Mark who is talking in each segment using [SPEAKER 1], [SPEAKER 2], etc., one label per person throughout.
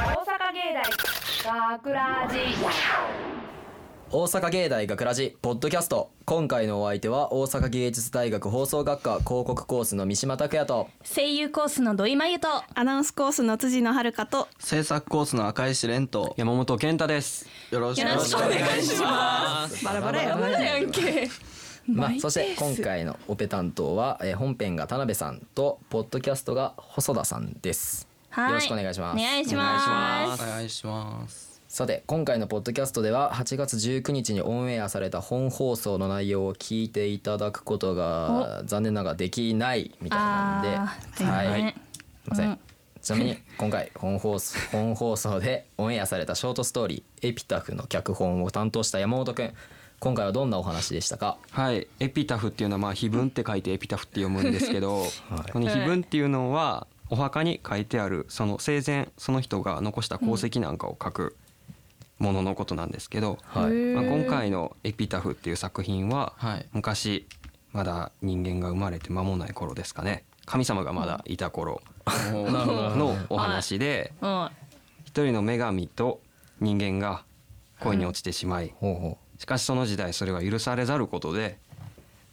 [SPEAKER 1] 芸大学ラジ
[SPEAKER 2] 大阪芸大学ラジポッドキャスト今回のお相手は大阪芸術大学放送学科広告コースの三島拓也と
[SPEAKER 3] 声優コースの土井真由と
[SPEAKER 4] アナウンスコースの辻野遥と
[SPEAKER 5] 制作コースの赤石蓮と
[SPEAKER 6] 山本健太です。
[SPEAKER 5] よろしくお願いし
[SPEAKER 3] よろしくお願
[SPEAKER 5] ま
[SPEAKER 3] い
[SPEAKER 5] す
[SPEAKER 3] しま
[SPEAKER 4] バラバラや
[SPEAKER 3] やんけ
[SPEAKER 2] まあそして今回のオペ担当は、えー本編が田辺さんとポッドキャストが細田さんです、
[SPEAKER 3] はい
[SPEAKER 2] よろしくお願いします
[SPEAKER 3] お願いし
[SPEAKER 6] お願
[SPEAKER 3] ま
[SPEAKER 6] いし
[SPEAKER 3] す
[SPEAKER 5] お願いします
[SPEAKER 2] さて今回のポッドキャストでは8月19日にオンエアされた本放送の内容を聞いていただくことが残念ながらできないみたいなんで
[SPEAKER 3] あー
[SPEAKER 2] はい、
[SPEAKER 3] 残念
[SPEAKER 2] すいません、
[SPEAKER 3] うん
[SPEAKER 2] ちなみに今回本 放送本放送でオンエアされたショートストーリー「エピタフ」の脚本を担当した山本くん今回はどんなお話でしたか
[SPEAKER 6] はい、エピタフっていうのはまあ碑文って書いてエピタフって読むんですけど、
[SPEAKER 2] はい
[SPEAKER 6] この碑文っていうのはお墓に書いてあるその生前その人が残した功績なんかを書くもののことなんですけど、
[SPEAKER 2] はい
[SPEAKER 6] まあ、今回のエピタフっていう作品は
[SPEAKER 5] はい
[SPEAKER 6] 昔まだ人間が生まれて間もない頃ですかね。神様がまだいた頃のお話で
[SPEAKER 3] うん
[SPEAKER 6] 一人の女神と人間が恋に落ちてしまい
[SPEAKER 2] ほうほ
[SPEAKER 6] しかしその時代それは許されざることで、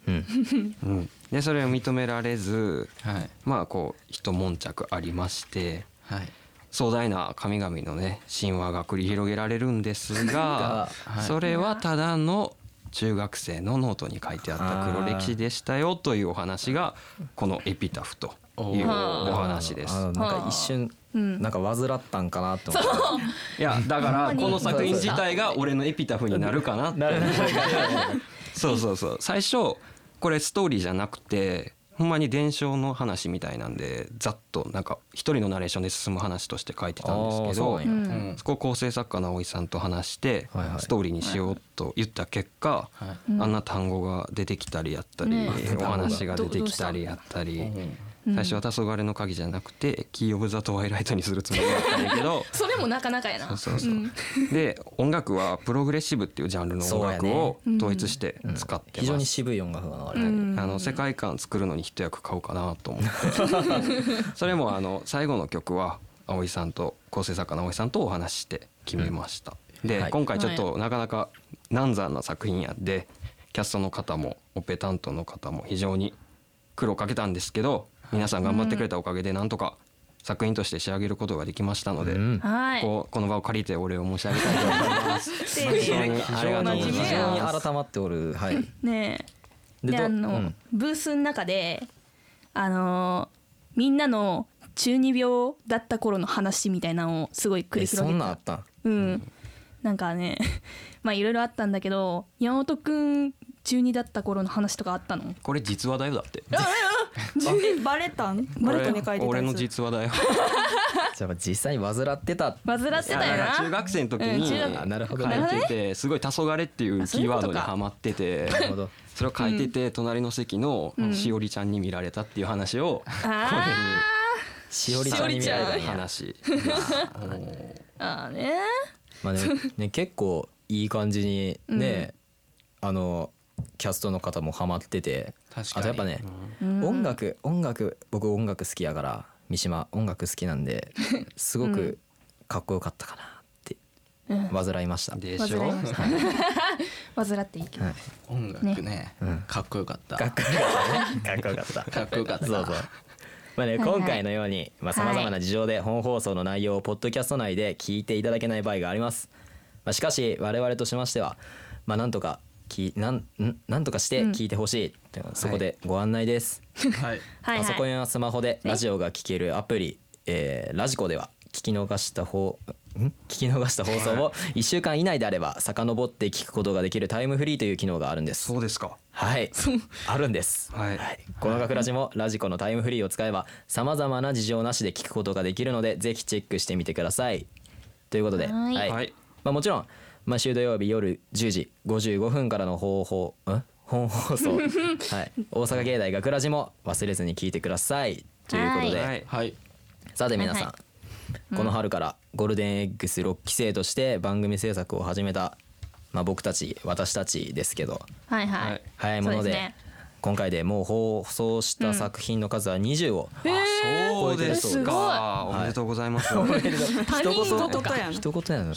[SPEAKER 2] ううん
[SPEAKER 6] うん、でそれを認められず
[SPEAKER 5] はい
[SPEAKER 6] まあこう一悶着ありまして
[SPEAKER 5] はい
[SPEAKER 6] 壮大な神々のね神話が繰り広げられるんですが、
[SPEAKER 5] はい
[SPEAKER 6] それはただの中学生のノートに書いてあった黒歴史でしたよというお話がこの「エピタフ」というお話です
[SPEAKER 2] あ。のなんか一瞬なんか患ったんかなと思って
[SPEAKER 6] いやだからこの作品自体が俺のエピタフになるかなってそうそうそう最初これストーリーじゃなくてほんまに伝承の話みたいなんでざっとなんか一人のナレーションで進む話として書いてたんです
[SPEAKER 2] あー
[SPEAKER 6] け
[SPEAKER 2] そう
[SPEAKER 6] ど
[SPEAKER 2] なんや
[SPEAKER 5] うん
[SPEAKER 6] そこを構成作家の葵さんと話して
[SPEAKER 2] はいはい
[SPEAKER 6] ストーリーにしようと言った結果
[SPEAKER 5] はい
[SPEAKER 6] あんな単語が出てきたりやったり
[SPEAKER 3] ね
[SPEAKER 6] お話が出てきたりやったり最初は「黄昏の鍵」じゃなくて「キー・オブ・ザ・トワイライト」にするつもりだったんやけど。
[SPEAKER 3] それもなかなかやな
[SPEAKER 6] そうそうそうで音楽はプログレッシブっていうジャンルの音楽を統一して使って
[SPEAKER 2] 非常
[SPEAKER 6] ま
[SPEAKER 2] に
[SPEAKER 6] す。
[SPEAKER 2] 渋い音楽が流れ
[SPEAKER 6] は
[SPEAKER 2] て
[SPEAKER 6] い
[SPEAKER 2] る、
[SPEAKER 6] あの世界観作るのに一役買おうかなと思ってそれもあの最後の曲は葵さんと構成作家の葵さんとお話しして決めました、で、
[SPEAKER 2] はい
[SPEAKER 6] 今回ちょっとなかなか難産な作品やでキャストの方もオペ担当の方も非常に苦労かけたんですけど皆さん頑張ってくれたおかげでなんとか作品として仕上げることができましたので、
[SPEAKER 2] うん
[SPEAKER 3] はい
[SPEAKER 6] こうこの場を借りてお礼を申し上げたいと思い ます。非常にありがとうございま
[SPEAKER 2] 非
[SPEAKER 3] 真面
[SPEAKER 6] す
[SPEAKER 3] 目。
[SPEAKER 2] 常に改まっておるはい
[SPEAKER 3] ねえで
[SPEAKER 2] ど
[SPEAKER 3] あ
[SPEAKER 2] う
[SPEAKER 3] の
[SPEAKER 2] ん
[SPEAKER 3] ブースの中であのーみんなの中二病だった頃の話みたいなのをすごい繰り
[SPEAKER 2] え
[SPEAKER 3] 広
[SPEAKER 2] そ
[SPEAKER 3] げ
[SPEAKER 2] ん
[SPEAKER 3] て
[SPEAKER 2] なんあ
[SPEAKER 3] た
[SPEAKER 2] ったん
[SPEAKER 3] うん、なんかね まあいろいろあったんだけど山本くん中二だった頃の話とかあったの
[SPEAKER 6] これ実話だよだって。
[SPEAKER 4] バレたんバレたね書いてたやつ
[SPEAKER 6] 俺の実話だよ。
[SPEAKER 2] じゃあ実際に患ってた
[SPEAKER 3] 煩ってたよ
[SPEAKER 6] いやだから
[SPEAKER 3] な
[SPEAKER 6] 中学生の時
[SPEAKER 3] うん
[SPEAKER 6] に
[SPEAKER 3] 中
[SPEAKER 2] 学あなるほど
[SPEAKER 6] 書
[SPEAKER 2] ね
[SPEAKER 6] いててすごい「黄昏っていうキーワードにハマってて
[SPEAKER 2] なるほど
[SPEAKER 6] それを書いてて隣の席のしおりちゃんに見られたっていう話を
[SPEAKER 3] あ
[SPEAKER 2] しおりちゃんに見られたんや
[SPEAKER 6] 話。
[SPEAKER 3] ー あーね
[SPEAKER 2] まあねね結構いい感じにね、あのキャストの方もハマってて
[SPEAKER 5] 確かに
[SPEAKER 2] あとやっぱね、音楽音楽僕音楽好きやから三島音楽好きなん ですごくかっこよかったかなって患いました、
[SPEAKER 6] でし
[SPEAKER 3] 煩
[SPEAKER 6] ょ
[SPEAKER 3] いました煩っていいけど
[SPEAKER 2] はい、
[SPEAKER 5] 音楽ねかっこよかった
[SPEAKER 2] かっこよかったねかっこよかった
[SPEAKER 5] かっこよかった
[SPEAKER 2] そうそうまあね、
[SPEAKER 3] はいはい
[SPEAKER 2] 今回のようにさまざ、まな事情で本放送の内容をポッドキャスト内で聞いていただけない場合があります、まあ、しかし我々としましては、まあ、なんとかきなんんなんとかして聞いてほしいっていうのは、そこでご案内です、
[SPEAKER 5] はい
[SPEAKER 3] はい
[SPEAKER 2] パソコン
[SPEAKER 3] はい
[SPEAKER 2] やスマホでラジオが聴けるアプリ、えーラジコでは聞き逃した方ん聞き逃した放送を1週間以内であれば遡って聞くことができるタイムフリーという機能があるんです
[SPEAKER 6] そうですか。
[SPEAKER 2] はい、あるんです。
[SPEAKER 6] はい
[SPEAKER 2] この学ラジもラジコのタイムフリーを使えば、さまざまな事情なしで聞くことができるので、ぜひチェックしてみてください。ということで、
[SPEAKER 3] はい
[SPEAKER 6] はい
[SPEAKER 2] まあ、もちろん、毎週土曜日夜10時55分からの方法、ん 本放送、はい、大阪芸大学ラジも忘れずに聞いてください。ということで、
[SPEAKER 6] はい
[SPEAKER 5] はい
[SPEAKER 2] さて皆さん、
[SPEAKER 3] は
[SPEAKER 2] この春からゴールデンエッグス6期生として番組制作を始めた、まあ、僕たち私たちですけど
[SPEAKER 3] はい
[SPEAKER 6] は
[SPEAKER 3] はいい
[SPEAKER 2] 早いもので
[SPEAKER 3] そうですね
[SPEAKER 2] 今回でもう放送した作品の数は20を、
[SPEAKER 6] あそうですか。
[SPEAKER 2] い
[SPEAKER 6] おめでとうございます。
[SPEAKER 4] 他人事とやな
[SPEAKER 2] 一言やな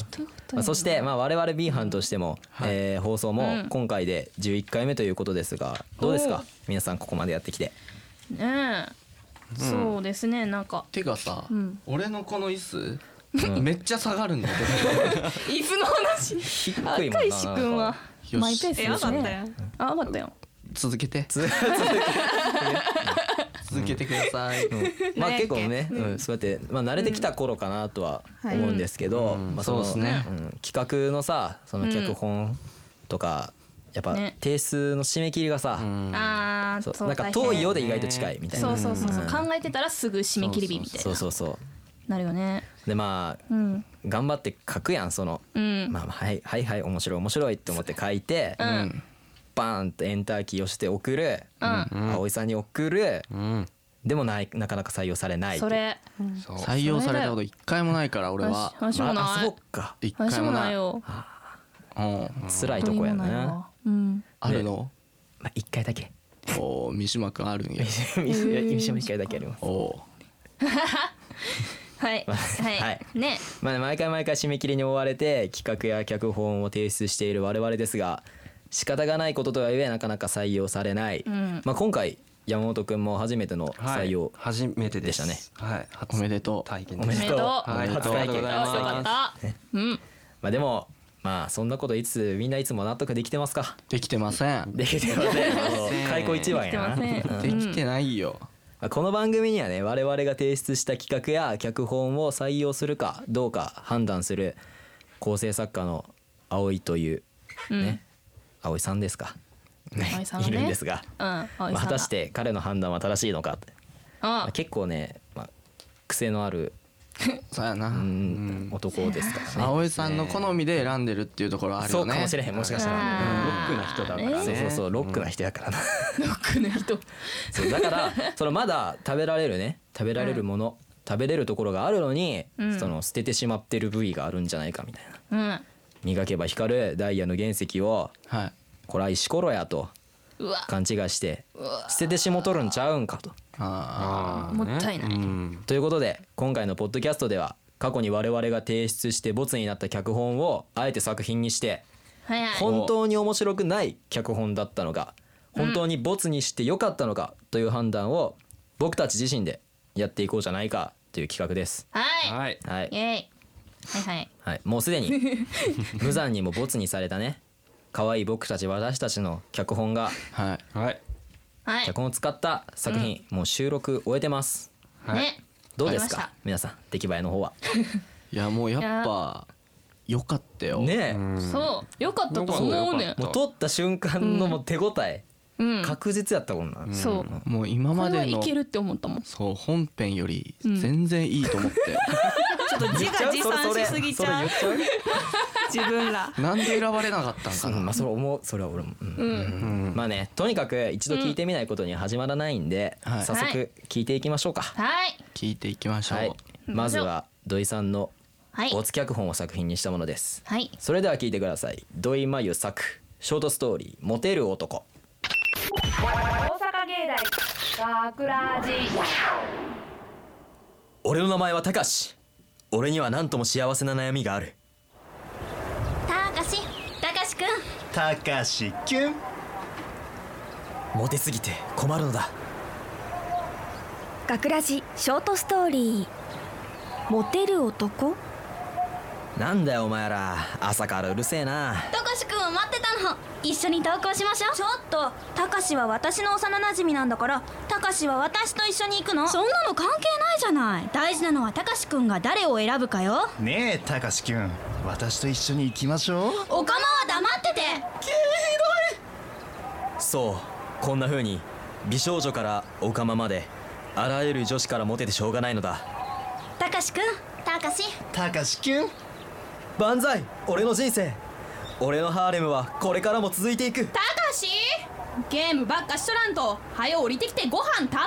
[SPEAKER 2] まあそしてまあ我々 B 班としても、えー放送も今回で11回目ということですがどうです
[SPEAKER 3] お
[SPEAKER 2] か
[SPEAKER 3] ー
[SPEAKER 2] 皆さんここまでやってきて
[SPEAKER 3] ねえ、そうですねなんか
[SPEAKER 5] てかさ、
[SPEAKER 3] ん
[SPEAKER 5] 俺のこの椅子、めっちゃ下がるんだけど
[SPEAKER 3] イフの話
[SPEAKER 2] 低いもんな
[SPEAKER 3] 赤石くんは
[SPEAKER 5] よし
[SPEAKER 3] マイペース
[SPEAKER 4] え、
[SPEAKER 3] で
[SPEAKER 4] わか
[SPEAKER 3] す
[SPEAKER 4] っ
[SPEAKER 3] ね
[SPEAKER 4] たよ。
[SPEAKER 3] あ分かったよ
[SPEAKER 5] 続け て続けてください、
[SPEAKER 2] まあ結構ね、うん、そうやって、まあ、慣れてきた頃かなとは思うんですけど、
[SPEAKER 5] うん
[SPEAKER 2] まあ、
[SPEAKER 5] そうですね
[SPEAKER 2] のうん企画のさその脚本とか、やっぱ
[SPEAKER 3] ね
[SPEAKER 2] 提出の締め切りがさ、
[SPEAKER 5] うん
[SPEAKER 3] ああ
[SPEAKER 2] そうなんか遠いようで意外と近いみたいな、
[SPEAKER 3] そうそうそうそう、
[SPEAKER 2] ん
[SPEAKER 3] 考えてたらすぐ締め切り日みたいな
[SPEAKER 2] そうそうそう
[SPEAKER 3] なるよね
[SPEAKER 2] でまあ
[SPEAKER 3] うん
[SPEAKER 2] 頑張って書くやんその、
[SPEAKER 3] うん、
[SPEAKER 2] まあまあはいはいはい面白い面白いって思って書いて、
[SPEAKER 3] うん
[SPEAKER 2] バーンとエンターキー押して送る、
[SPEAKER 3] うん
[SPEAKER 2] 葵さんに送る
[SPEAKER 6] うん。
[SPEAKER 2] でもないなかなか採用されない
[SPEAKER 3] それ
[SPEAKER 6] そう。
[SPEAKER 5] 採用されたこと一回もないから俺は
[SPEAKER 3] 私私も
[SPEAKER 2] まああ
[SPEAKER 3] な
[SPEAKER 2] そう
[SPEAKER 3] い
[SPEAKER 2] か
[SPEAKER 5] 一回
[SPEAKER 3] 私
[SPEAKER 5] も
[SPEAKER 3] も
[SPEAKER 5] な
[SPEAKER 3] ないいよ
[SPEAKER 5] うん
[SPEAKER 2] 辛いとこやな、
[SPEAKER 3] 何もないわ うん
[SPEAKER 5] あるの
[SPEAKER 2] まあ、1回だけ
[SPEAKER 5] おー三島君あるんや
[SPEAKER 2] 三島三島一回だけあります
[SPEAKER 5] おー
[SPEAKER 3] はいはい、
[SPEAKER 2] はい
[SPEAKER 3] ね
[SPEAKER 2] まあ、毎回毎回締め切りに追われて企画や脚本を提出している我々ですが仕方がないこととはいえなかなか採用されない、
[SPEAKER 3] ん
[SPEAKER 2] まあ、今回山本君も初めての採用、
[SPEAKER 6] 初めてでした
[SPEAKER 2] で
[SPEAKER 6] ね
[SPEAKER 2] し。
[SPEAKER 6] はい。
[SPEAKER 5] おめでとう
[SPEAKER 6] 体験
[SPEAKER 2] おめ
[SPEAKER 6] で
[SPEAKER 3] お
[SPEAKER 6] す
[SPEAKER 2] で
[SPEAKER 3] め
[SPEAKER 2] とう
[SPEAKER 3] でとう
[SPEAKER 6] はいお
[SPEAKER 2] 初体験
[SPEAKER 6] めでとうござい
[SPEAKER 3] あ
[SPEAKER 6] ます
[SPEAKER 3] よかったうん
[SPEAKER 2] まあ、でもまあそんなこといつみんないつも納得できてますか
[SPEAKER 5] できてません
[SPEAKER 2] できてませんあの開口一番
[SPEAKER 3] 来て
[SPEAKER 2] やな
[SPEAKER 3] ません
[SPEAKER 2] ま
[SPEAKER 5] できてないよ
[SPEAKER 2] あこの番組にはね我々が提出した企画や脚本を採用するかどうか判断する構成作家の葵というね、葵さんですか、ね
[SPEAKER 3] 葵さんが
[SPEAKER 2] い
[SPEAKER 3] ね
[SPEAKER 2] るんですが、
[SPEAKER 3] うんあおい
[SPEAKER 2] まあ果
[SPEAKER 3] さんだ
[SPEAKER 2] たして彼の判断は正しいのかってま
[SPEAKER 3] あ
[SPEAKER 2] あ結構ね、まあ、癖のある、
[SPEAKER 5] そうやな、
[SPEAKER 2] うん、男ですからね
[SPEAKER 5] 葵さんの好みで選んでるっていうところある
[SPEAKER 2] そ
[SPEAKER 5] よ
[SPEAKER 2] う
[SPEAKER 5] ね
[SPEAKER 2] かもしれへんもしかしたら、
[SPEAKER 3] あ
[SPEAKER 6] ロックな人だから
[SPEAKER 2] そう
[SPEAKER 6] ね。
[SPEAKER 2] そうそうロックな人やからな、
[SPEAKER 3] くね人
[SPEAKER 2] そうだからそのまだ食べられるね食べられるもの、食べれるところがあるのに、
[SPEAKER 3] ん
[SPEAKER 2] その捨ててしまってる部位があるんじゃないかみたいな
[SPEAKER 3] うん
[SPEAKER 2] 磨けば光るダイヤの原石を
[SPEAKER 5] はい
[SPEAKER 2] これは石ころやと
[SPEAKER 3] うわ
[SPEAKER 2] 勘違いして捨ててしもとるんちゃうんかと。
[SPEAKER 5] あ
[SPEAKER 6] あー
[SPEAKER 3] もったいない
[SPEAKER 6] ねうん
[SPEAKER 2] ということで今回のポッドキャストでは過去に我々が提出してボツになった脚本をあえて作品にして
[SPEAKER 3] はいはい
[SPEAKER 2] 本当に面白くない脚本だったのか本当にボツにしてよかったのかという判断を僕たち自身でやっていこうじゃないかという企画です。
[SPEAKER 3] はい
[SPEAKER 6] はい。
[SPEAKER 2] は
[SPEAKER 3] イ
[SPEAKER 2] い、
[SPEAKER 3] エイはいはい
[SPEAKER 2] はい、もうすでに無残にもボツにされたね可愛い僕たち私たちの脚本が
[SPEAKER 5] あはい
[SPEAKER 6] はい。
[SPEAKER 3] はい
[SPEAKER 2] 脚本を使った作品、もう収録終えてます
[SPEAKER 6] はい
[SPEAKER 3] ね
[SPEAKER 2] どうです
[SPEAKER 3] わ
[SPEAKER 2] か
[SPEAKER 3] か
[SPEAKER 2] 皆さん出来栄えの方はい
[SPEAKER 5] やもうやっぱよかったよ、
[SPEAKER 2] ねえ、
[SPEAKER 3] そうよかったと思うねん
[SPEAKER 2] もう撮った瞬間のもう手応え、
[SPEAKER 3] うん
[SPEAKER 2] 確実やったもんな、
[SPEAKER 3] そう
[SPEAKER 5] もう今
[SPEAKER 3] こ
[SPEAKER 5] ま
[SPEAKER 3] れは
[SPEAKER 5] で
[SPEAKER 3] い
[SPEAKER 5] の
[SPEAKER 3] けるって思ったもん
[SPEAKER 5] そう本編より全然いいと思って、
[SPEAKER 4] ちょっと自画自賛しすぎちゃう。
[SPEAKER 2] それ言っ
[SPEAKER 4] 自分ら。
[SPEAKER 5] なんで選ばれなかったん
[SPEAKER 2] ちゃ
[SPEAKER 5] か
[SPEAKER 2] ううん
[SPEAKER 5] な
[SPEAKER 2] まあそれ思うそれは俺も、うんまあねとにかく一度聞いてみないことには始まらないんで、
[SPEAKER 5] はい
[SPEAKER 2] 早速聞いていきましょうか、
[SPEAKER 3] はい
[SPEAKER 5] 聞いていきましょう、
[SPEAKER 2] はいまずは土井さんの
[SPEAKER 3] はい
[SPEAKER 2] 没脚本を作品にしたものです、
[SPEAKER 3] はい
[SPEAKER 2] それでは聞いてください土井真由作ショートストーリー「モテる男
[SPEAKER 1] 大阪芸大桜寺
[SPEAKER 2] 俺の名前はたかし俺には何とも幸せな悩みがある
[SPEAKER 7] たかし、たかしくん。
[SPEAKER 8] たかしきゅん
[SPEAKER 2] モテすぎて困るのだ
[SPEAKER 7] 学ラジショートストーリー。モテる男。
[SPEAKER 2] なんだよお前ら朝からうるせえな
[SPEAKER 7] たかしくんを待ってたの。一緒に登校しましょう。ちょっと、たかしは私の幼馴染なんだから、たかしは私と一緒に行くの。そんなの関係ないじゃない。大事なのはたかしくんが誰を選ぶかよ。
[SPEAKER 8] ねえたかしきゅん私と一緒に行きましょう
[SPEAKER 7] おかまは黙ってて。
[SPEAKER 2] そうこんな風に美少女からオカマまであらゆる女子からモテてしょうがないのだ
[SPEAKER 7] たかしくん。たかし。
[SPEAKER 8] たかしきゅん
[SPEAKER 2] 万歳俺の人生俺のハーレムはこれからも続いていく
[SPEAKER 3] たかしゲームばっかしとらんとはよ降りてきてご飯食べや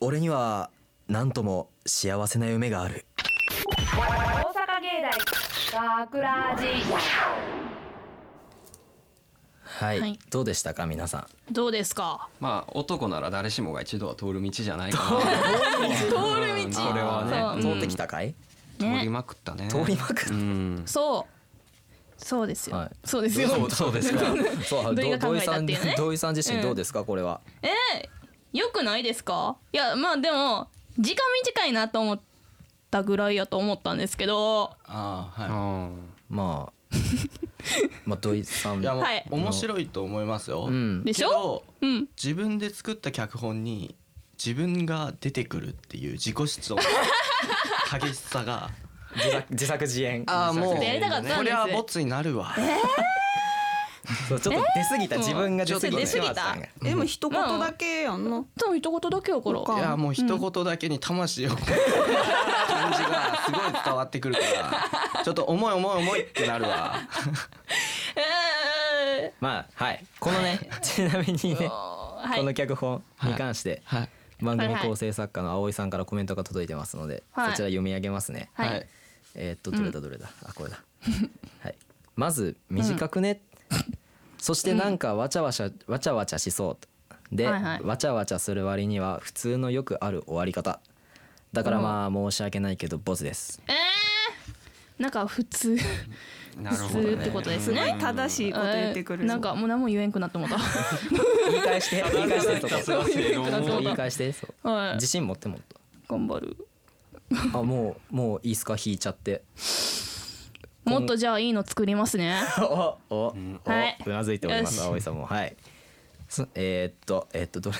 [SPEAKER 2] 俺には何とも幸せな夢がある
[SPEAKER 1] 大阪芸大桜寺
[SPEAKER 2] はい、
[SPEAKER 3] はい
[SPEAKER 2] どうでしたか皆さん
[SPEAKER 3] どうですか
[SPEAKER 6] まあ男なら誰しもが一度は通る道じゃないかな通る道通る道これはね
[SPEAKER 2] 通ってきたかい、
[SPEAKER 6] 通り
[SPEAKER 3] ね
[SPEAKER 6] まくったね
[SPEAKER 2] 通りまくった
[SPEAKER 6] うん
[SPEAKER 3] そうそうですよ、
[SPEAKER 2] はい
[SPEAKER 3] そうですよ
[SPEAKER 2] そうそう ですかそう
[SPEAKER 3] どれが考えた
[SPEAKER 2] さ
[SPEAKER 3] っ
[SPEAKER 2] ん
[SPEAKER 3] ていうね
[SPEAKER 2] 土井さん自身どうですか、これは
[SPEAKER 3] えー、よくないですかいやまあでも時間短いなと思ったぐらいやと思ったんですけど
[SPEAKER 5] ああは
[SPEAKER 6] うん
[SPEAKER 2] まあまあ土井さん
[SPEAKER 5] いいやもう
[SPEAKER 3] はい
[SPEAKER 5] 面白いと思いますよ
[SPEAKER 2] うん
[SPEAKER 3] でしょ
[SPEAKER 5] けど
[SPEAKER 3] うん
[SPEAKER 5] 自分で作った脚本に自分が出てくるっていう自己主 張の激しさが
[SPEAKER 2] 自作自作自演
[SPEAKER 5] ああもう
[SPEAKER 3] っ
[SPEAKER 5] こと
[SPEAKER 3] やりたかったんです
[SPEAKER 5] れはボツになるわ
[SPEAKER 2] そうちょっと出過ぎた、自分が出過ぎて
[SPEAKER 3] ち
[SPEAKER 2] し
[SPEAKER 3] ょっ
[SPEAKER 2] ま
[SPEAKER 3] と出過ぎ
[SPEAKER 2] ったたんや
[SPEAKER 4] でも一言だけやんな。
[SPEAKER 3] 多分一言だけやか
[SPEAKER 5] い
[SPEAKER 3] ら
[SPEAKER 5] やもう一言だけに魂を込めた感じがすごい伝わってくるからちょっと重い重い重いってなるわ
[SPEAKER 3] え
[SPEAKER 2] まあはいこのねちなみにね
[SPEAKER 3] ー、は
[SPEAKER 2] この
[SPEAKER 3] い
[SPEAKER 2] 脚本に関して
[SPEAKER 5] はい
[SPEAKER 2] 番組
[SPEAKER 3] はいはい
[SPEAKER 2] 構成作家の葵さんからコメントが届いてますのでそ
[SPEAKER 3] はい
[SPEAKER 2] ちら読み上げますね
[SPEAKER 3] はい、
[SPEAKER 2] えーっとどれだどれだあこれだはいまず短くねそしてなんかわちゃわちゃわちゃわちゃしそうで
[SPEAKER 3] はいはい
[SPEAKER 2] わちゃわちゃする割には普通のよくある終わり方だからまあ申し訳ないけどボツです
[SPEAKER 3] えー、なんか普通
[SPEAKER 6] なる
[SPEAKER 3] 普
[SPEAKER 6] ほ
[SPEAKER 3] 通
[SPEAKER 6] ど
[SPEAKER 3] って
[SPEAKER 6] ね
[SPEAKER 3] ことですね
[SPEAKER 4] 正しいこと言ってく
[SPEAKER 3] えー
[SPEAKER 4] る。
[SPEAKER 3] なんかもう何も言えんくなって思った
[SPEAKER 2] 言い返して言い返してそこ
[SPEAKER 6] そう正論
[SPEAKER 2] そう
[SPEAKER 6] を
[SPEAKER 2] 言い返してそう
[SPEAKER 3] はい
[SPEAKER 2] 自信持ってもっと
[SPEAKER 3] 頑張る
[SPEAKER 2] あもうもういいっすか引いちゃって
[SPEAKER 3] もっとじゃあいいの作りますね
[SPEAKER 2] おおお
[SPEAKER 3] はいう
[SPEAKER 2] なずいております
[SPEAKER 3] よし
[SPEAKER 2] 葵さんもはいすえーっとえーっとど れ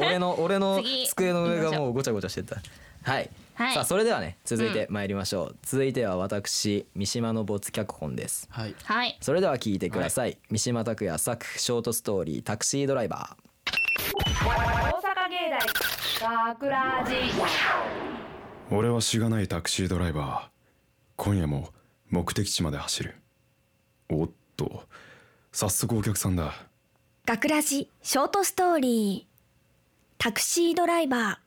[SPEAKER 2] おお俺の俺の
[SPEAKER 3] 次
[SPEAKER 2] 机の上がもうごちゃごちゃしてたはい、
[SPEAKER 3] はい
[SPEAKER 2] さあそれではね続いて参りましょう、続いては私三島の没脚本です
[SPEAKER 5] はい
[SPEAKER 3] はい
[SPEAKER 2] それでは聞いてください、三島拓也作ショートストーリータクシードライバー
[SPEAKER 1] 大阪芸大学ラジ
[SPEAKER 9] 俺はしがないタクシードライバー今夜も目的地まで走るおっと早速お客さんだ
[SPEAKER 10] 学ラジショートストーリータクシードライバ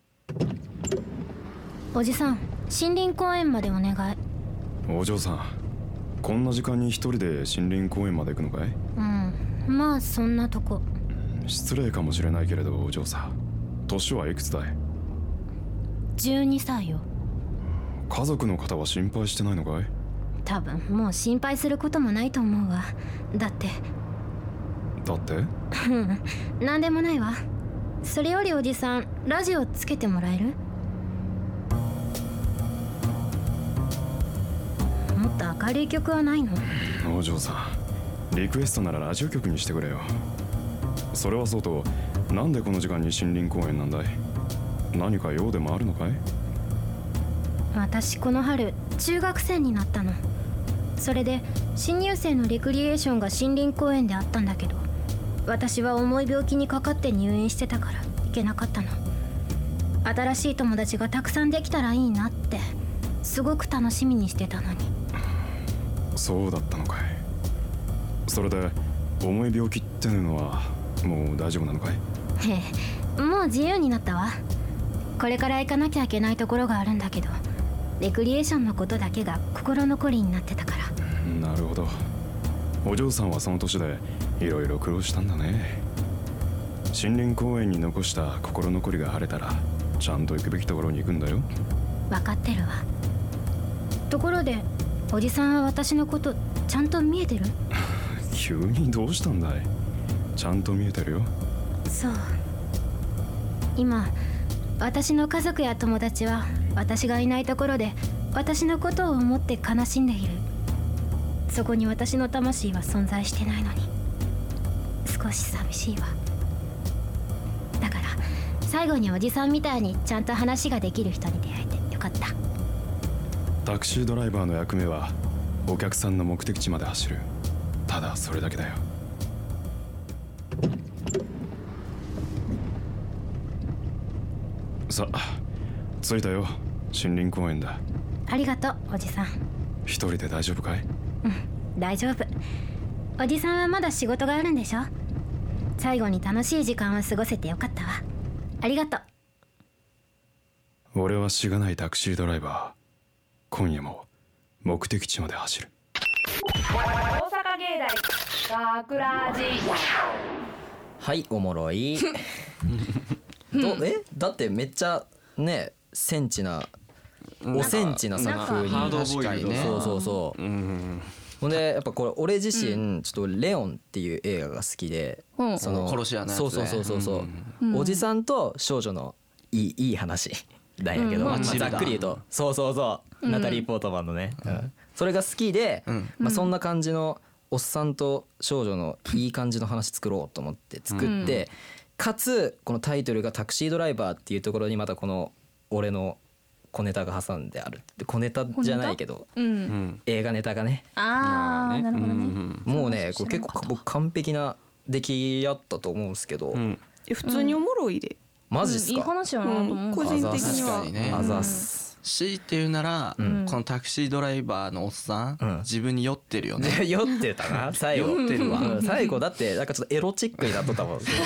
[SPEAKER 7] おじさん森林公園までお願い
[SPEAKER 9] お嬢さんこんな時間に一人で森林公園まで行くのかい
[SPEAKER 7] うんまあそんなとこ
[SPEAKER 9] 失礼かもしれないけれどお嬢さん年はいくつだい
[SPEAKER 7] 12歳よ
[SPEAKER 9] 家族の方は心配してないのかい
[SPEAKER 7] 多分もう心配することもないと思うわだって
[SPEAKER 9] だって
[SPEAKER 7] 何でもないわそれよりおじさんラジオつけてもらえるもっと明るい曲はないの
[SPEAKER 9] お嬢さんリクエストならラジオ局にしてくれよそれはそうとなんでこの時間に森林公園なんだい何か用でもあるのかい
[SPEAKER 7] 私この春中学生になったのそれで新入生のレクリエーションが森林公園であったんだけど私は重い病気にかかって入院してたから行けなかったの新しい友達がたくさんできたらいいなってすごく楽しみにしてたのに
[SPEAKER 9] そうだったのかいそれで重い病気っていうのはもう大丈夫なのかい
[SPEAKER 7] へえもう自由になったわこれから行かなきゃいけないところがあるんだけどレクリエーションのことだけが心残りになってたから
[SPEAKER 9] なるほどお嬢さんはその年でいろいろ苦労したんだね森林公園に残した心残りが晴れたらちゃんと行くべきところに行くんだよ
[SPEAKER 7] 分かってるわところでおじさんは私のことちゃんと見えてる
[SPEAKER 9] 急にどうしたんだいちゃんと見えてるよ
[SPEAKER 7] そう今私の家族や友達は私がいないところで私のことを思って悲しんでいるそこに私の魂は存在してないのに少し寂しいわだから最後におじさんみたいにちゃんと話ができる人に出会えてよかった
[SPEAKER 9] タクシードライバーの役目はお客さんの目的地まで走るただそれだけだよさあ着いたよ森林公園だ
[SPEAKER 7] ありがとうおじさん
[SPEAKER 9] 一人で大丈夫かい
[SPEAKER 7] 大丈夫おじさんはまだ仕事があるんでしょ最後に楽しい時間を過ごせてよかったわありが とう
[SPEAKER 9] 俺はしがないタクシードライバー今夜も目的地まで走る
[SPEAKER 1] 大阪芸芸大桜寺
[SPEAKER 2] はいおもろいどえだってめっちゃねセンチな
[SPEAKER 6] ん
[SPEAKER 2] おセンチな作風に
[SPEAKER 6] なんかハードボイルドな
[SPEAKER 2] そうそうそう、ほんでやっぱこれ俺自身ちょっと「レオン」っていう映画が好きで、
[SPEAKER 6] うん
[SPEAKER 2] その
[SPEAKER 6] 殺し屋のやつ
[SPEAKER 2] そ
[SPEAKER 6] ね
[SPEAKER 2] うそうそうそうそう、
[SPEAKER 6] うん
[SPEAKER 2] おじさんと少女のいいいい話 なんやけど、
[SPEAKER 6] うん
[SPEAKER 2] まあ
[SPEAKER 6] マチル
[SPEAKER 2] ざ
[SPEAKER 6] ダ
[SPEAKER 2] っくり言うとそうそう
[SPEAKER 6] う
[SPEAKER 2] そう、
[SPEAKER 6] ん
[SPEAKER 2] ナタリー・ポートマンのね、うんそれが好きで、まあ、そんな感じのおっさんと少女のいい感じの話作ろうと思って作って、
[SPEAKER 6] うん
[SPEAKER 2] かつこのタイトルが「タクシードライバー」っていうところにまたこの俺の小ネタが挟んであるで小ネタじゃないけど、
[SPEAKER 3] うん
[SPEAKER 2] 映画ネタがね
[SPEAKER 3] ああ、なるほどね。
[SPEAKER 2] もうねこれ結構僕完璧な出来やったと思うんですけど、
[SPEAKER 4] 普通におもろいで。
[SPEAKER 2] マジっすか、
[SPEAKER 3] 話やなと思う
[SPEAKER 4] 個人的に
[SPEAKER 5] 確
[SPEAKER 4] は。
[SPEAKER 5] かにね
[SPEAKER 2] あざっ
[SPEAKER 5] 強いて言うなら、
[SPEAKER 2] ん
[SPEAKER 5] このタクシードライバーのおっさん、自分に酔ってるよね
[SPEAKER 2] 酔ってた な最後
[SPEAKER 5] 酔ってるわ、
[SPEAKER 2] うん最後だってなんかちょっとエロチックになっとったもん
[SPEAKER 5] そう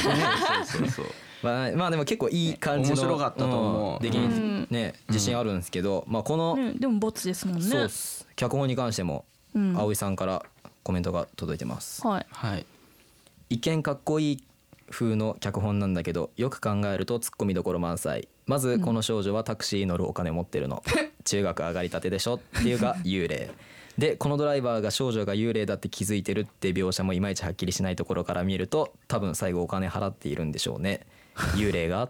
[SPEAKER 5] そうそう
[SPEAKER 2] まあ、まあでも結構いい感じの
[SPEAKER 5] 面白かったと思うん
[SPEAKER 2] 出来にね自信あるんですけど、まあこの、
[SPEAKER 3] うんでもボツですもんね。
[SPEAKER 2] そうっす脚本に関しても、
[SPEAKER 3] うん
[SPEAKER 2] 葵さんからコメントが届いてます
[SPEAKER 3] はい。
[SPEAKER 5] はい
[SPEAKER 2] 一見かっこいい風の脚本なんだけどよく考えるとツッコミどころ満載まずこの少女はタクシー乗るお金持ってるの中学上がりたてでしょっていうが幽霊でこのドライバーが少女が幽霊だって気づいてるって描写もいまいちはっきりしないところから見ると多分最後お金払っているんでしょうね幽霊が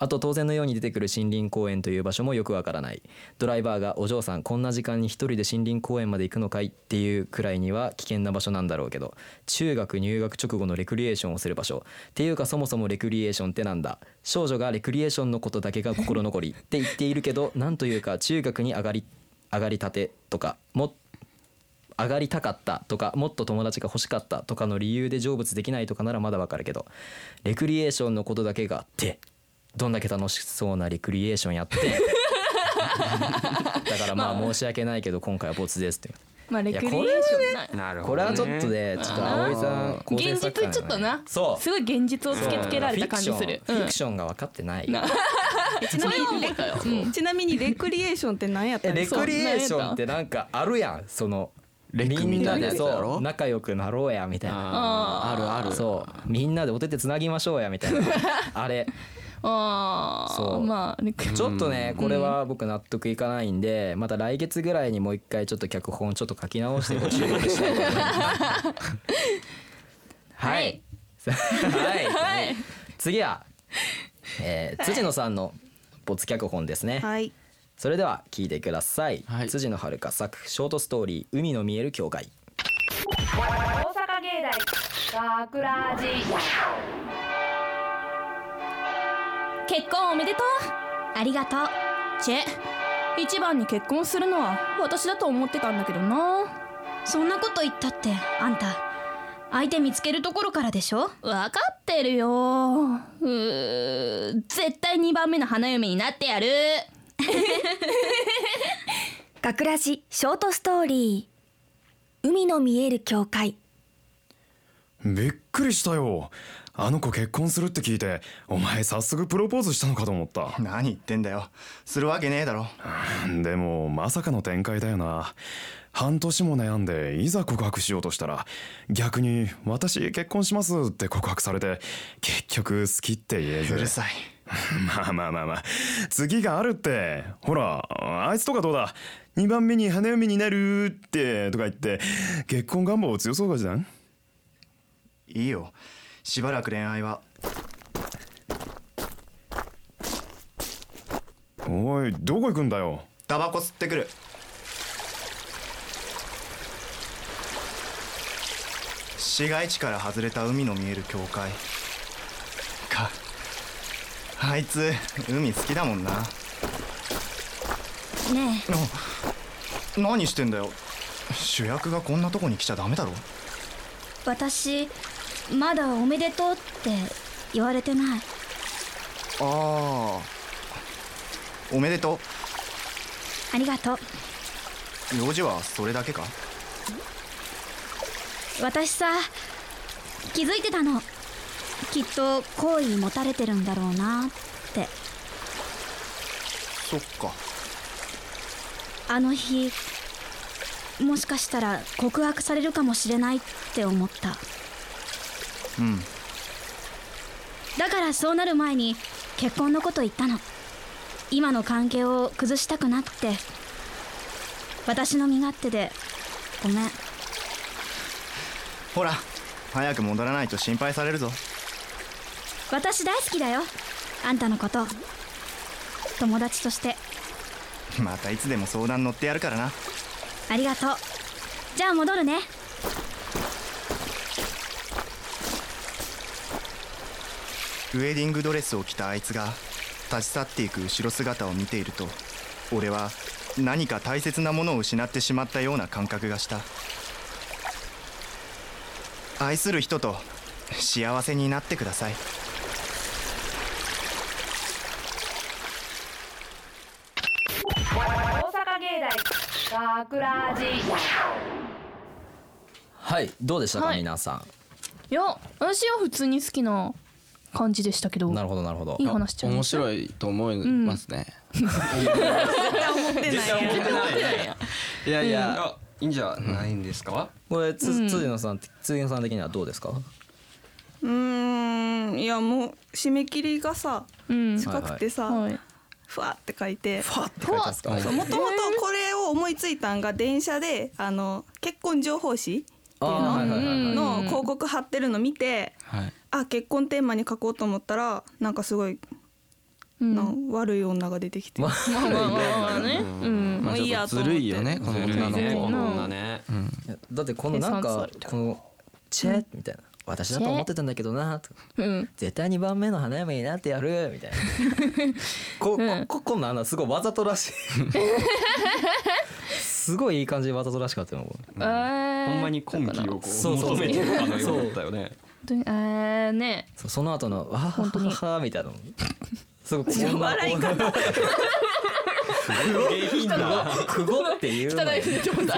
[SPEAKER 2] あと当然のように出てくる森林公園という場所もよくわからないドライバーが「お嬢さんこんな時間に一人で森林公園まで行くのかい?」っていうくらいには危険な場所なんだろうけど中学入学直後のレクリエーションをする場所っていうかそもそもレクリエーションってなんだ少女がレクリエーションのことだけが心残りって言っているけどなんというか中学に上がり上がりたてとかもっと上がりたかったとかもっと友達が欲しかったとかの理由で成仏できないとかならまだわかるけどレクリエーションのことだけがあってどんだけ楽しそうなレクリエーションやってだからまあ申し訳ないけど今回はボツですって
[SPEAKER 3] まあレ
[SPEAKER 2] いや
[SPEAKER 3] ク
[SPEAKER 2] こ
[SPEAKER 3] リエ
[SPEAKER 2] れ
[SPEAKER 3] ーションな。
[SPEAKER 2] これはちょっとねちょっと葵さん構成
[SPEAKER 3] 現
[SPEAKER 2] 作家なん
[SPEAKER 3] 実
[SPEAKER 2] で
[SPEAKER 3] ちょっとな。
[SPEAKER 2] そう
[SPEAKER 3] すごい現実を突きつけられた感じする。
[SPEAKER 2] フィクションフィク
[SPEAKER 3] ョ
[SPEAKER 2] ションが分かってない
[SPEAKER 4] ちなみにレうんちなみにレクリエーションって何やった
[SPEAKER 2] え
[SPEAKER 4] んで
[SPEAKER 2] レ
[SPEAKER 4] すか。
[SPEAKER 2] クリエーションってなんかあるやんそのみんな
[SPEAKER 5] みたいなや
[SPEAKER 2] で
[SPEAKER 5] つだろ
[SPEAKER 2] そう仲良くなろうやみたいな
[SPEAKER 5] あーあるある
[SPEAKER 2] そうみんなでお手手つなぎましょうやみたい なあれ
[SPEAKER 3] ああ。
[SPEAKER 2] そう
[SPEAKER 3] まあレク。
[SPEAKER 2] ちょっとねこれは僕納得いかないんでまた来月ぐらいにもう一回ちょっと脚本ちょっと書き直してほしい はいはい、はい、次は、えー、辻野さんの没脚本ですね
[SPEAKER 4] はい。
[SPEAKER 2] それでは聞いてください、辻野遥作ショートストーリー海の見える境界
[SPEAKER 1] 大阪芸大桜寺
[SPEAKER 7] 結婚おめでとうありがとうチェ
[SPEAKER 3] 一番に結婚するのは私だと思ってたんだけどな。
[SPEAKER 7] そんなこと言ったってあんた相手見つけるところからでしょ
[SPEAKER 3] わかってるよ。うー絶対二番目の花嫁になってやる。
[SPEAKER 10] 学ラジショートストーリー海の見える境界
[SPEAKER 9] びっくりしたよあの子結婚するって聞いてお前早速プロポーズしたのかと思った
[SPEAKER 8] 何言ってんだよするわけねえだろ
[SPEAKER 9] でもまさかの展開だよな半年も悩んでいざ告白しようとしたら逆に「私結婚します」って告白されて結局好きって言えず
[SPEAKER 8] うるさい
[SPEAKER 9] まあまあまあまあ次があるってほらあいつとかどうだ2番目に花嫁になるってとか言って結婚願望強そうかじゃん
[SPEAKER 8] いいよしばらく恋愛は
[SPEAKER 9] おいどこ行くんだよ
[SPEAKER 8] タバコ吸ってくる市街地から外れた海の見える境界かあいつ海好きだもんな
[SPEAKER 7] ね
[SPEAKER 8] あ何してんだよ主役がこんなとこに来ちゃダメだろ
[SPEAKER 7] え私まだおめでとうって言われてない
[SPEAKER 8] ああおめでと
[SPEAKER 7] ありがとう
[SPEAKER 8] う用事はそれだけか
[SPEAKER 7] 私さ気づいてたのきっと好意持たれてるんだろうなって
[SPEAKER 8] そっか
[SPEAKER 7] あの日もしかしたら告白されるかもしれないって思った
[SPEAKER 8] うん
[SPEAKER 7] だからそうなる前に結婚のこと言ったの今の関係を崩したくなくて私の身勝手でごめん
[SPEAKER 8] ほら早く戻らないと心配されるぞ
[SPEAKER 7] 私大好きだよあんたのこと友達として
[SPEAKER 8] またいつでも相談乗ってやるからな
[SPEAKER 7] ありがとうじゃあ戻るね
[SPEAKER 8] ウェディングドレスを着たあいつが立ち去っていく後ろ姿を見ていると俺は何か大切なものを失ってしまったような感覚がした愛する人と幸せになってください
[SPEAKER 1] 大阪芸大学ラジ
[SPEAKER 2] はいどうでしたか、
[SPEAKER 3] はい
[SPEAKER 2] 皆さん
[SPEAKER 3] いや私は普通に好きな感じでしたけど
[SPEAKER 2] なるほどなるほど
[SPEAKER 3] いい話ちゃい
[SPEAKER 5] 面
[SPEAKER 3] ました
[SPEAKER 5] 白いと思いますね、
[SPEAKER 3] 絶対思ってないやん
[SPEAKER 5] いやいや、
[SPEAKER 6] いいんじゃないんですか、
[SPEAKER 2] これつ
[SPEAKER 4] うん
[SPEAKER 2] 辻野さん辻野さん的にはどうですか
[SPEAKER 4] うーんいやもう締め切りがさ近くてさ、ふわって書いてふわって
[SPEAKER 2] 書いたんですか
[SPEAKER 4] もともとこれを思いついたんが電車であの結婚情報誌っていう
[SPEAKER 2] あーはいはいはいはい
[SPEAKER 4] のの広告貼ってるの見て、
[SPEAKER 5] はい
[SPEAKER 4] あ結婚テーマに書こうと思ったらなんかすごい、なんか悪い女が出てきて、
[SPEAKER 3] まあまあまあねうん
[SPEAKER 5] まあ、ちょっとずるいよねこの女の
[SPEAKER 2] ずるいね
[SPEAKER 5] 子
[SPEAKER 2] この
[SPEAKER 3] 女
[SPEAKER 6] ね、
[SPEAKER 2] だってこのなん
[SPEAKER 3] 計算さ
[SPEAKER 2] か
[SPEAKER 3] れ
[SPEAKER 2] このチェッみたいな私だと思ってたんだけどなとか
[SPEAKER 3] うん
[SPEAKER 2] 絶対2番目の花嫁になってやるみたいなここここの穴すごいわざとら しい すごいいい感じでわざとらしかったよ
[SPEAKER 3] ほ
[SPEAKER 6] ほんまに根気をこう求めてるかのようだったよね
[SPEAKER 3] えーね
[SPEAKER 2] そうその後のわははははみたいなのすごいこんな
[SPEAKER 3] 笑い方
[SPEAKER 2] 下品だくごっていうの
[SPEAKER 3] 汚い筆で飛んだ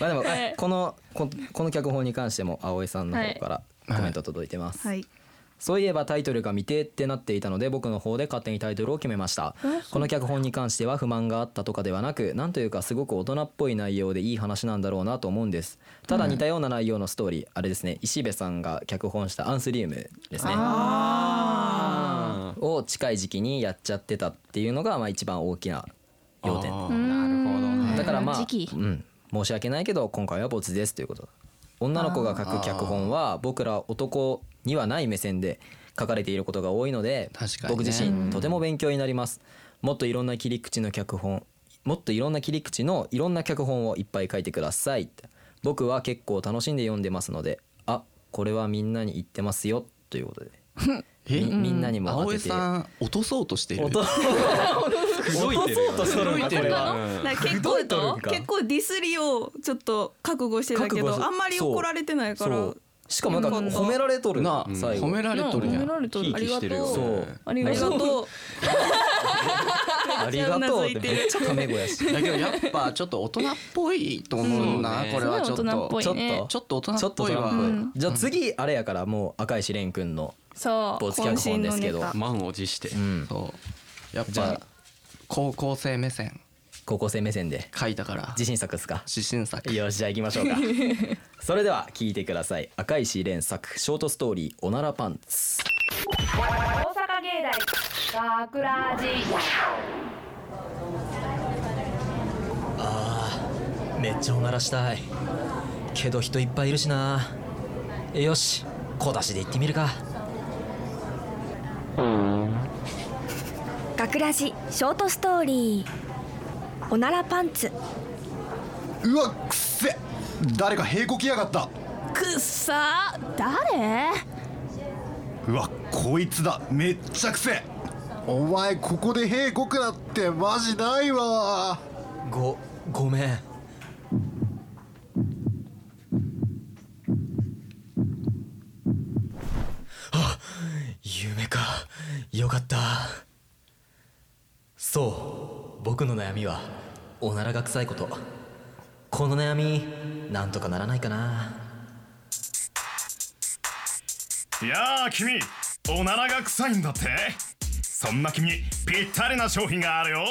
[SPEAKER 2] まあでも、
[SPEAKER 3] はい
[SPEAKER 2] このここの脚本に関しても葵さんの方からコメント届いてます、
[SPEAKER 4] はい
[SPEAKER 2] そういえばタイトルが未定ってなっていたので僕の方で勝手にタイトルを決めましたこの脚本に関しては不満があったとかではなくなんというかすごく大人っぽい内容でいい話なんだろうなと思うんですただ似たような内容のストーリーあれですね石部さんが脚本した「アンスリウム」ですねを近い時期にやっちゃってたっていうのがまあ一番大きな要点
[SPEAKER 6] ね
[SPEAKER 2] だからまあ、
[SPEAKER 3] 時期
[SPEAKER 2] うん、申し訳ないけど今回はボツですということ女の子が書く脚本は僕ら男にはない目線で書かれていることが多いので、
[SPEAKER 5] 確かにね
[SPEAKER 2] 僕自身とても勉強になりますもっといろんな切り口の脚本もっといろんな切り口のいろんな脚本をいっぱい書いてください僕は結構楽しんで読んでますのであこれはみんなに言ってますよという ことで
[SPEAKER 5] え
[SPEAKER 2] みみんなにも当
[SPEAKER 5] 葵
[SPEAKER 2] てて
[SPEAKER 5] さん落とそうとしてる
[SPEAKER 2] 音
[SPEAKER 6] 口説いてるよね
[SPEAKER 2] 落とそうとしてるわ
[SPEAKER 6] うん
[SPEAKER 4] だから結
[SPEAKER 2] どうやったらいい
[SPEAKER 4] 構
[SPEAKER 2] んか
[SPEAKER 4] 結構ディスりをちょっと覚悟してたけ
[SPEAKER 2] 覚悟す
[SPEAKER 4] ど
[SPEAKER 2] る
[SPEAKER 4] あんまり怒られてないか
[SPEAKER 2] そ
[SPEAKER 4] ら
[SPEAKER 2] うしかもなんか褒められとる
[SPEAKER 5] なあ
[SPEAKER 2] 最後
[SPEAKER 5] 褒められとるや
[SPEAKER 3] 褒め
[SPEAKER 5] ん
[SPEAKER 3] られとる
[SPEAKER 6] ひいきしてるよね
[SPEAKER 2] そう
[SPEAKER 3] あり
[SPEAKER 4] あ
[SPEAKER 3] が
[SPEAKER 4] りが
[SPEAKER 3] とう
[SPEAKER 4] とう
[SPEAKER 2] ありがとうってめっちゃタメ語やし。
[SPEAKER 5] だけどやっぱちょっと大人っぽいと思うな、
[SPEAKER 6] うん
[SPEAKER 5] これはちょっと
[SPEAKER 3] すごい大人っぽい
[SPEAKER 2] ちょっ
[SPEAKER 3] ね
[SPEAKER 2] と
[SPEAKER 5] ちょっと大人
[SPEAKER 2] ちょ
[SPEAKER 5] っ
[SPEAKER 2] っと
[SPEAKER 5] ぽいわ、
[SPEAKER 2] それっぽいじゃあ次あれやからもう赤石蓮くんの
[SPEAKER 3] そ
[SPEAKER 2] 没脚本ですけど
[SPEAKER 4] 渾身のネ。
[SPEAKER 6] 満を持して、
[SPEAKER 2] うん
[SPEAKER 5] そうやっ
[SPEAKER 2] じゃ
[SPEAKER 5] ぱ
[SPEAKER 2] あ
[SPEAKER 5] 高校生目線
[SPEAKER 2] 高校生目線で
[SPEAKER 5] 書いたから
[SPEAKER 2] 自信作ですか。
[SPEAKER 5] 自信作
[SPEAKER 2] よしじゃあ行きましょう か。それでは聞いてください。赤石蓮作ショートストーリーおならパンツ。
[SPEAKER 1] 大阪芸大学ラジ
[SPEAKER 2] めっちゃおならしたい。けど人いっぱいいるしな。よし小出しで行ってみるか。
[SPEAKER 10] 学ラジショートストーリーおならパンツ
[SPEAKER 11] うわくっせ誰か屁こきやがった
[SPEAKER 3] くっさ誰
[SPEAKER 11] うわこいつだめっちゃくせお前ここで屁こくなってマジないわ
[SPEAKER 2] ごごめん。夢かよかったそう僕の悩みはおならが臭いことこの悩みなんとかならないかない
[SPEAKER 12] やあ君おならが臭いんだってそんな君にぴったりな商品があるよ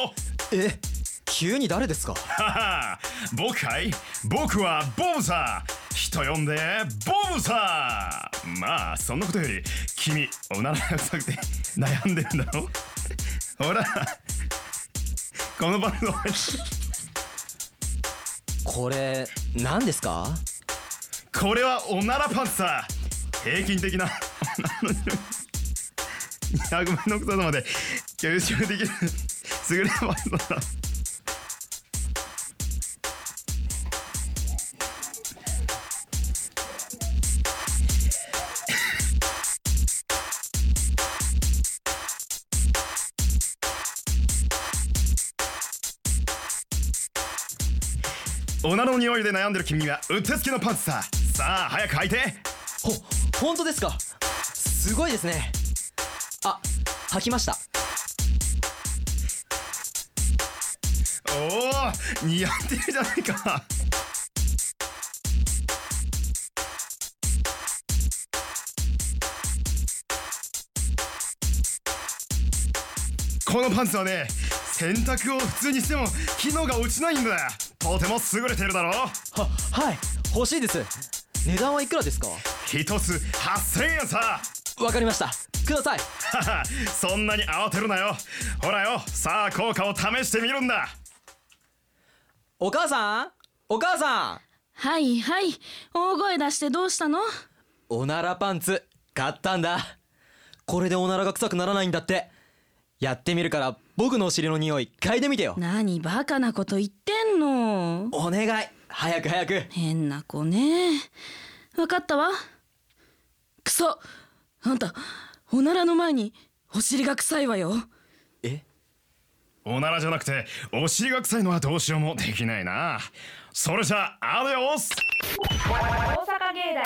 [SPEAKER 2] え急に誰ですか
[SPEAKER 12] はは 僕かい僕はボブさ人呼んでボブさまあそんなことより君おならが臭くて悩んでるんだろほらこのバンド
[SPEAKER 2] これ何ですか
[SPEAKER 12] これはおならパンツさ平均的なおならの匂い100分のことまで吸収できる優れたパンツだおならの匂いで悩んでる君にはうってつけのパンツささあ早く履いて
[SPEAKER 2] ほ本当ですかすごいですねあ履きました
[SPEAKER 12] おお似合ってるじゃないかこのパンツはね洗濯を普通にしても機能が落ちないんだとても優れてるだろは
[SPEAKER 2] はい欲しいです値段はいくらですか
[SPEAKER 12] 一つ8000円さ
[SPEAKER 2] わかりましたください
[SPEAKER 12] そんなに慌てるなよほらよさあ効果を試してみるんだ
[SPEAKER 2] お母さんお母さん
[SPEAKER 13] はいはい大声出してどうしたの
[SPEAKER 2] おならパンツ買ったんだこれでおならが臭くならないんだってやってみるから僕のお尻の匂い嗅いでみてよ
[SPEAKER 13] 何バカなこと言ってんの
[SPEAKER 2] お願い早く早く
[SPEAKER 13] 変な子ね分かったわクソあんたおならの前にお尻が臭いわよ
[SPEAKER 12] おならじゃなくてお尻が臭いのはどうしようもできないなそれじゃアデオス
[SPEAKER 1] 大阪芸大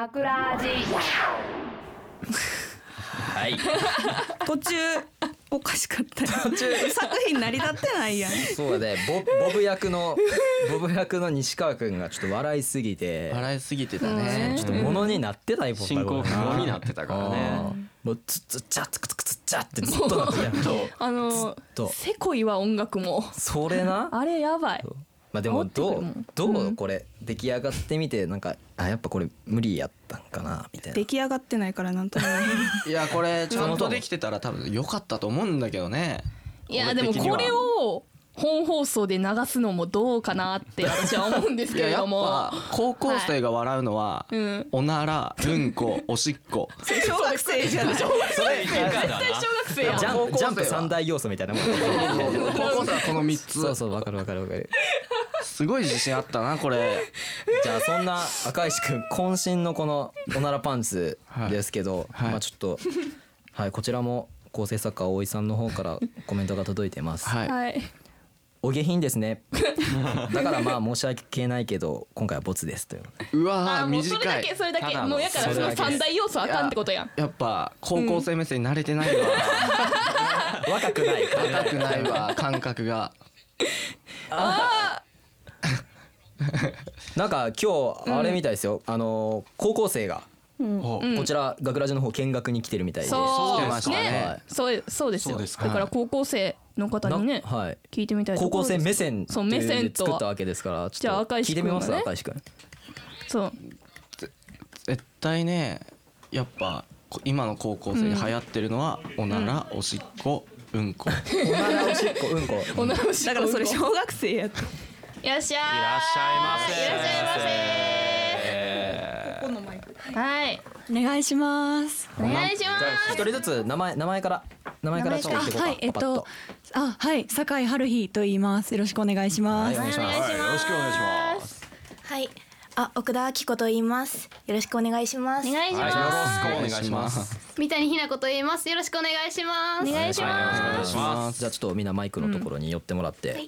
[SPEAKER 1] 桜
[SPEAKER 2] はい
[SPEAKER 4] 途中おかしかったよ
[SPEAKER 2] 途中
[SPEAKER 4] 作品成り立ってないやん
[SPEAKER 2] そうだねボボブ役の ボブ役の西川君がちょっと笑いすぎて
[SPEAKER 5] 笑いすぎてたね
[SPEAKER 2] ちょっと物になってたよ
[SPEAKER 5] 進行不能になってたからね
[SPEAKER 2] もうツッツッチャツクツクツッチャってずっとなってたよ
[SPEAKER 3] あの
[SPEAKER 2] と
[SPEAKER 3] せこいわ音楽も
[SPEAKER 2] それな
[SPEAKER 3] あれやばい
[SPEAKER 2] まあでもどうどうこれ出来上がってみてなんかあやっぱこれ無理やったんかなみたいな
[SPEAKER 4] 出来上がってないからなんとも言えな
[SPEAKER 5] い
[SPEAKER 4] い
[SPEAKER 5] やこれちゃんとできてたら多分良かったと思うんだけどね
[SPEAKER 3] いやでもこれを本放送で流すのもどうかなって私は思うんですけれど
[SPEAKER 5] い
[SPEAKER 3] も
[SPEAKER 5] ややっぱ高校生が笑うのは、
[SPEAKER 3] うん
[SPEAKER 5] おならうんこおしっこ
[SPEAKER 4] 小学生じゃない
[SPEAKER 3] 小学生絶対小学生やん
[SPEAKER 2] ジャンプジャンプ三大要素みたいなもん
[SPEAKER 5] 高校生はこの3つ
[SPEAKER 2] そうそうわかるわかるわかる
[SPEAKER 5] すごい自信あったなこれ
[SPEAKER 2] じゃあそんな赤石くん渾身のこのおならパンツですけど、まあちょっとはいこちらも構成作家大井さんの方からコメントが届いてます。
[SPEAKER 3] はい
[SPEAKER 2] お下品ですね。だからまあ申し訳ないけど今回はボツですという。
[SPEAKER 5] うわ
[SPEAKER 3] あ
[SPEAKER 5] ー
[SPEAKER 3] もうそれ
[SPEAKER 5] 短
[SPEAKER 3] だ
[SPEAKER 5] い
[SPEAKER 3] けそれだ
[SPEAKER 5] た
[SPEAKER 3] け
[SPEAKER 5] だの
[SPEAKER 3] もうやからその三大要素あかんってことやん
[SPEAKER 5] やっぱ高校生目線に慣れてないわ、
[SPEAKER 2] 若くない
[SPEAKER 5] 若くないわ感覚が
[SPEAKER 2] なんか今日あれみたいですよ。あの高校生が
[SPEAKER 3] うん
[SPEAKER 2] こ
[SPEAKER 3] うん
[SPEAKER 2] ちら学ラジの方見学に来てるみたいで。
[SPEAKER 3] そう
[SPEAKER 2] は
[SPEAKER 3] ね
[SPEAKER 2] い
[SPEAKER 3] そうそうです
[SPEAKER 2] そ
[SPEAKER 3] よ
[SPEAKER 2] う
[SPEAKER 3] だ
[SPEAKER 2] ですか
[SPEAKER 3] から高校生の方にね
[SPEAKER 2] はい。
[SPEAKER 3] 聞いてみたいと
[SPEAKER 2] 高
[SPEAKER 3] ころ
[SPEAKER 2] 校
[SPEAKER 3] です
[SPEAKER 2] 生目線
[SPEAKER 3] そう目線と
[SPEAKER 2] と作った
[SPEAKER 3] は
[SPEAKER 2] わけですからち
[SPEAKER 3] じゃあ
[SPEAKER 2] ょっと
[SPEAKER 3] 赤
[SPEAKER 2] 聞
[SPEAKER 3] 石
[SPEAKER 2] いて
[SPEAKER 3] 君
[SPEAKER 2] み
[SPEAKER 3] はね
[SPEAKER 2] ます赤石君
[SPEAKER 3] そう
[SPEAKER 5] 絶対ねやっぱこ今の高校生で流行ってるのは、おならおしっこうんこ
[SPEAKER 2] おならおしっこうんこ
[SPEAKER 3] おならをし
[SPEAKER 4] だからそれ小学生やった
[SPEAKER 3] いらっしゃいい
[SPEAKER 5] らっしゃいませ
[SPEAKER 3] いらっしゃいま
[SPEAKER 4] ここのマイク
[SPEAKER 3] せはい
[SPEAKER 14] お願いします。
[SPEAKER 3] お願いします
[SPEAKER 2] じゃあ一人ずつ名前名前から名前からちょっと言っていこう
[SPEAKER 14] あ
[SPEAKER 2] か
[SPEAKER 14] はい、えっ
[SPEAKER 2] パパッ
[SPEAKER 14] と、あ、はい、酒井春日と言います。よろしくお願いします。
[SPEAKER 5] はいよろしくお願いします
[SPEAKER 15] はい。あ、奥田明子と言います。よろしくお願いします。お願
[SPEAKER 16] いしますはい
[SPEAKER 5] よろしくお願いします
[SPEAKER 16] 三谷ひな子と言います。よろしくお願いします。お願いし
[SPEAKER 2] お願
[SPEAKER 16] ま
[SPEAKER 2] いしますじゃあちょっとみんなマイクのところに寄ってもらって、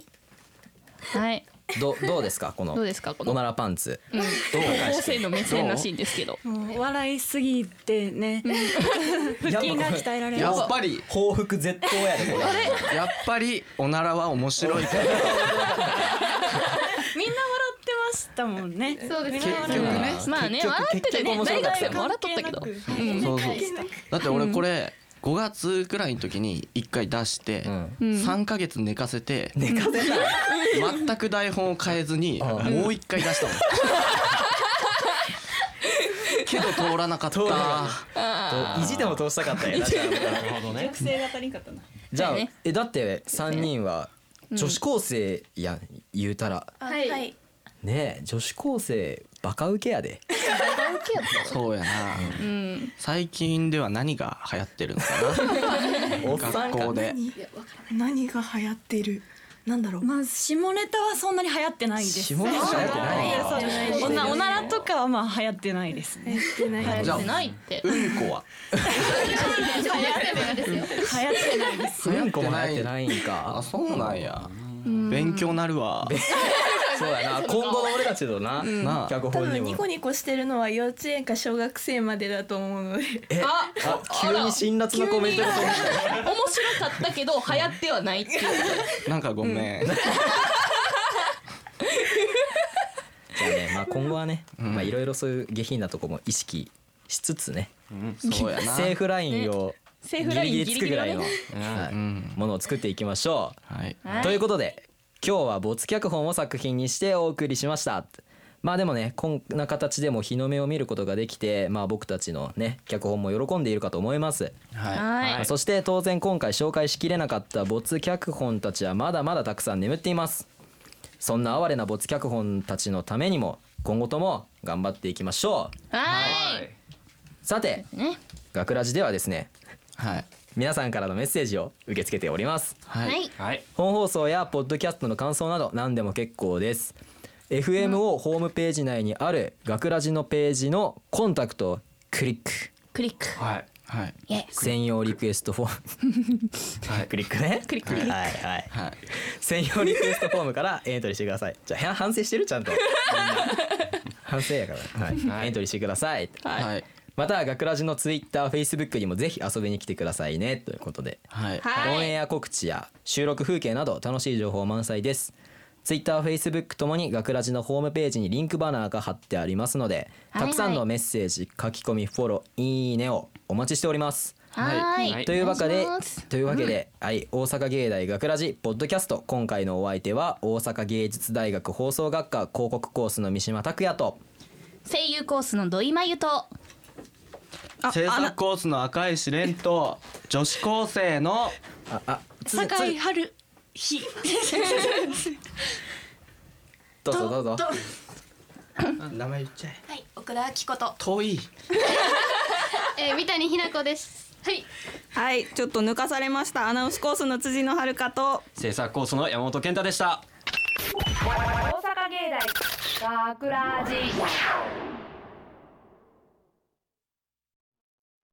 [SPEAKER 3] すはい
[SPEAKER 2] どどうですかこの
[SPEAKER 3] どうですかこの
[SPEAKER 2] おならパンツ、
[SPEAKER 3] うん
[SPEAKER 2] どう
[SPEAKER 3] 高校生の目線らしいんですけ ど
[SPEAKER 14] もう笑いすぎてね、腹筋が鍛えられる。
[SPEAKER 5] やっぱり
[SPEAKER 2] 報復絶倒やでこ
[SPEAKER 5] れやっぱりおならは面白いから
[SPEAKER 14] みんな笑ってましたもんね。
[SPEAKER 3] そうです
[SPEAKER 14] ね。
[SPEAKER 3] まあね
[SPEAKER 5] 結局
[SPEAKER 3] 笑ってて
[SPEAKER 5] 結局
[SPEAKER 3] ね
[SPEAKER 5] 面白
[SPEAKER 3] 大
[SPEAKER 5] かった
[SPEAKER 3] 学生
[SPEAKER 5] よ
[SPEAKER 3] も笑っとったけど
[SPEAKER 5] そうそうだって俺これ5月くらいの時に1回出して
[SPEAKER 17] うん
[SPEAKER 5] 3ヶ月寝かせて
[SPEAKER 17] 寝かせた
[SPEAKER 5] 全く台本を変えずにもう1回出したのけど通らなかった
[SPEAKER 2] と意地でも通したかったよな。なるほどね
[SPEAKER 4] 属。性が足りんかったな
[SPEAKER 2] じゃあえだって三人は女子高生やん言うたら
[SPEAKER 4] はい、はい、
[SPEAKER 2] ねえ女子高生バカウケやで。
[SPEAKER 5] そうやな
[SPEAKER 4] うん
[SPEAKER 5] 最近では何が流行ってるのか
[SPEAKER 11] お
[SPEAKER 5] な
[SPEAKER 11] っさんかな
[SPEAKER 5] 学校で
[SPEAKER 14] 何が流行ってるなんだろうまあ下ネタはそんなに流行ってないです
[SPEAKER 5] 下ネタ流行ってないそうなんですよ
[SPEAKER 14] おなおならとかはまあ流行ってないですね流行
[SPEAKER 5] じゃあうんこは
[SPEAKER 14] 流行ってないです
[SPEAKER 2] すうんこも流行ってないんか。
[SPEAKER 5] あそうなんや。
[SPEAKER 2] 勉
[SPEAKER 5] 強なるわ。
[SPEAKER 2] そう やな。今後の俺たちのな
[SPEAKER 5] うんなあ
[SPEAKER 2] 脚
[SPEAKER 18] 多
[SPEAKER 2] 本に
[SPEAKER 18] 分
[SPEAKER 2] も
[SPEAKER 18] ニ。コニコしてるのは幼稚園か小学生までだと思うので
[SPEAKER 2] えあ急に辛辣なコメントが飛んできた。
[SPEAKER 3] 面白かったけど流行ってはないっていう。
[SPEAKER 5] なんかごめん。
[SPEAKER 2] じゃあね、まあ今後は ね、まあいろいろそういう下品なとこも意識しつつね、
[SPEAKER 5] そうやな
[SPEAKER 2] セーフラインを
[SPEAKER 3] セ
[SPEAKER 2] ギ
[SPEAKER 3] ーフライン
[SPEAKER 2] リギリつくぐらいの
[SPEAKER 3] ギ
[SPEAKER 2] はいものを作っていきましょう。
[SPEAKER 3] はい
[SPEAKER 2] ということで、今日は没脚本を作品にしてお送りしました。まあでもねこんな形でも日の目を見ることができて、まあ、僕たちのね脚本も喜んでいるかと思います、
[SPEAKER 5] はい
[SPEAKER 17] はい
[SPEAKER 2] そして当然今回紹介しきれなかった没脚本たちはまだまだたくさん眠っていますそんな哀れな没脚本たちのためにも今後とも頑張っていきましょう
[SPEAKER 17] はい
[SPEAKER 2] さて
[SPEAKER 17] ね
[SPEAKER 2] 学ラジではですね、はい、皆さんからのメッセージを受け付けております、
[SPEAKER 17] はい
[SPEAKER 2] 本放送やポッドキャストの感想など何でも結構です FMO ホームページ内にある学ラジのページのコンタクトをクリック
[SPEAKER 3] クリック。
[SPEAKER 2] はいはい
[SPEAKER 3] イエ
[SPEAKER 2] 専用リクエストフォー ム、クリックね
[SPEAKER 3] クリッククリック
[SPEAKER 2] はいはい、はい、専用リクエストフォームからエントリーしてくださいじゃあ反省してるちゃんと みんな反省やから、はいエントリーしてください、はい、また学ラジのツイッターフェイスブックにもぜひ遊びに来てくださいねということで、はい
[SPEAKER 17] はい
[SPEAKER 2] オンエア告知や収録風景など楽しい情報満載ですツイッター、フェイスブックともに学ラジのホームページにリンクバナーが貼ってありますので、たくさんのメッセージ、書き込み、フォロー、いいねをお待ちしております。
[SPEAKER 17] はいはい
[SPEAKER 2] というわけ
[SPEAKER 17] お願
[SPEAKER 2] で
[SPEAKER 17] いします、
[SPEAKER 2] というわけで、はい、大阪芸大学ラジポッドキャスト、今回のお相手は大阪芸術大学放送学科広告コースの三島拓也と。
[SPEAKER 3] 声優コースの土井真由と。
[SPEAKER 5] 制作コースの赤石蓮と女子高生の
[SPEAKER 2] ああ
[SPEAKER 14] 酒井春日
[SPEAKER 2] どうぞ どうぞ。
[SPEAKER 5] 名前言っちゃえ。
[SPEAKER 15] はい、奥田紀子と
[SPEAKER 5] 遠い
[SPEAKER 16] えー、三谷ひな子です。はい。
[SPEAKER 4] はいちょっと抜かされましたアナウンスコースの辻野遥と
[SPEAKER 6] 制作コースの山本健太でした
[SPEAKER 1] 大阪芸大学ラジ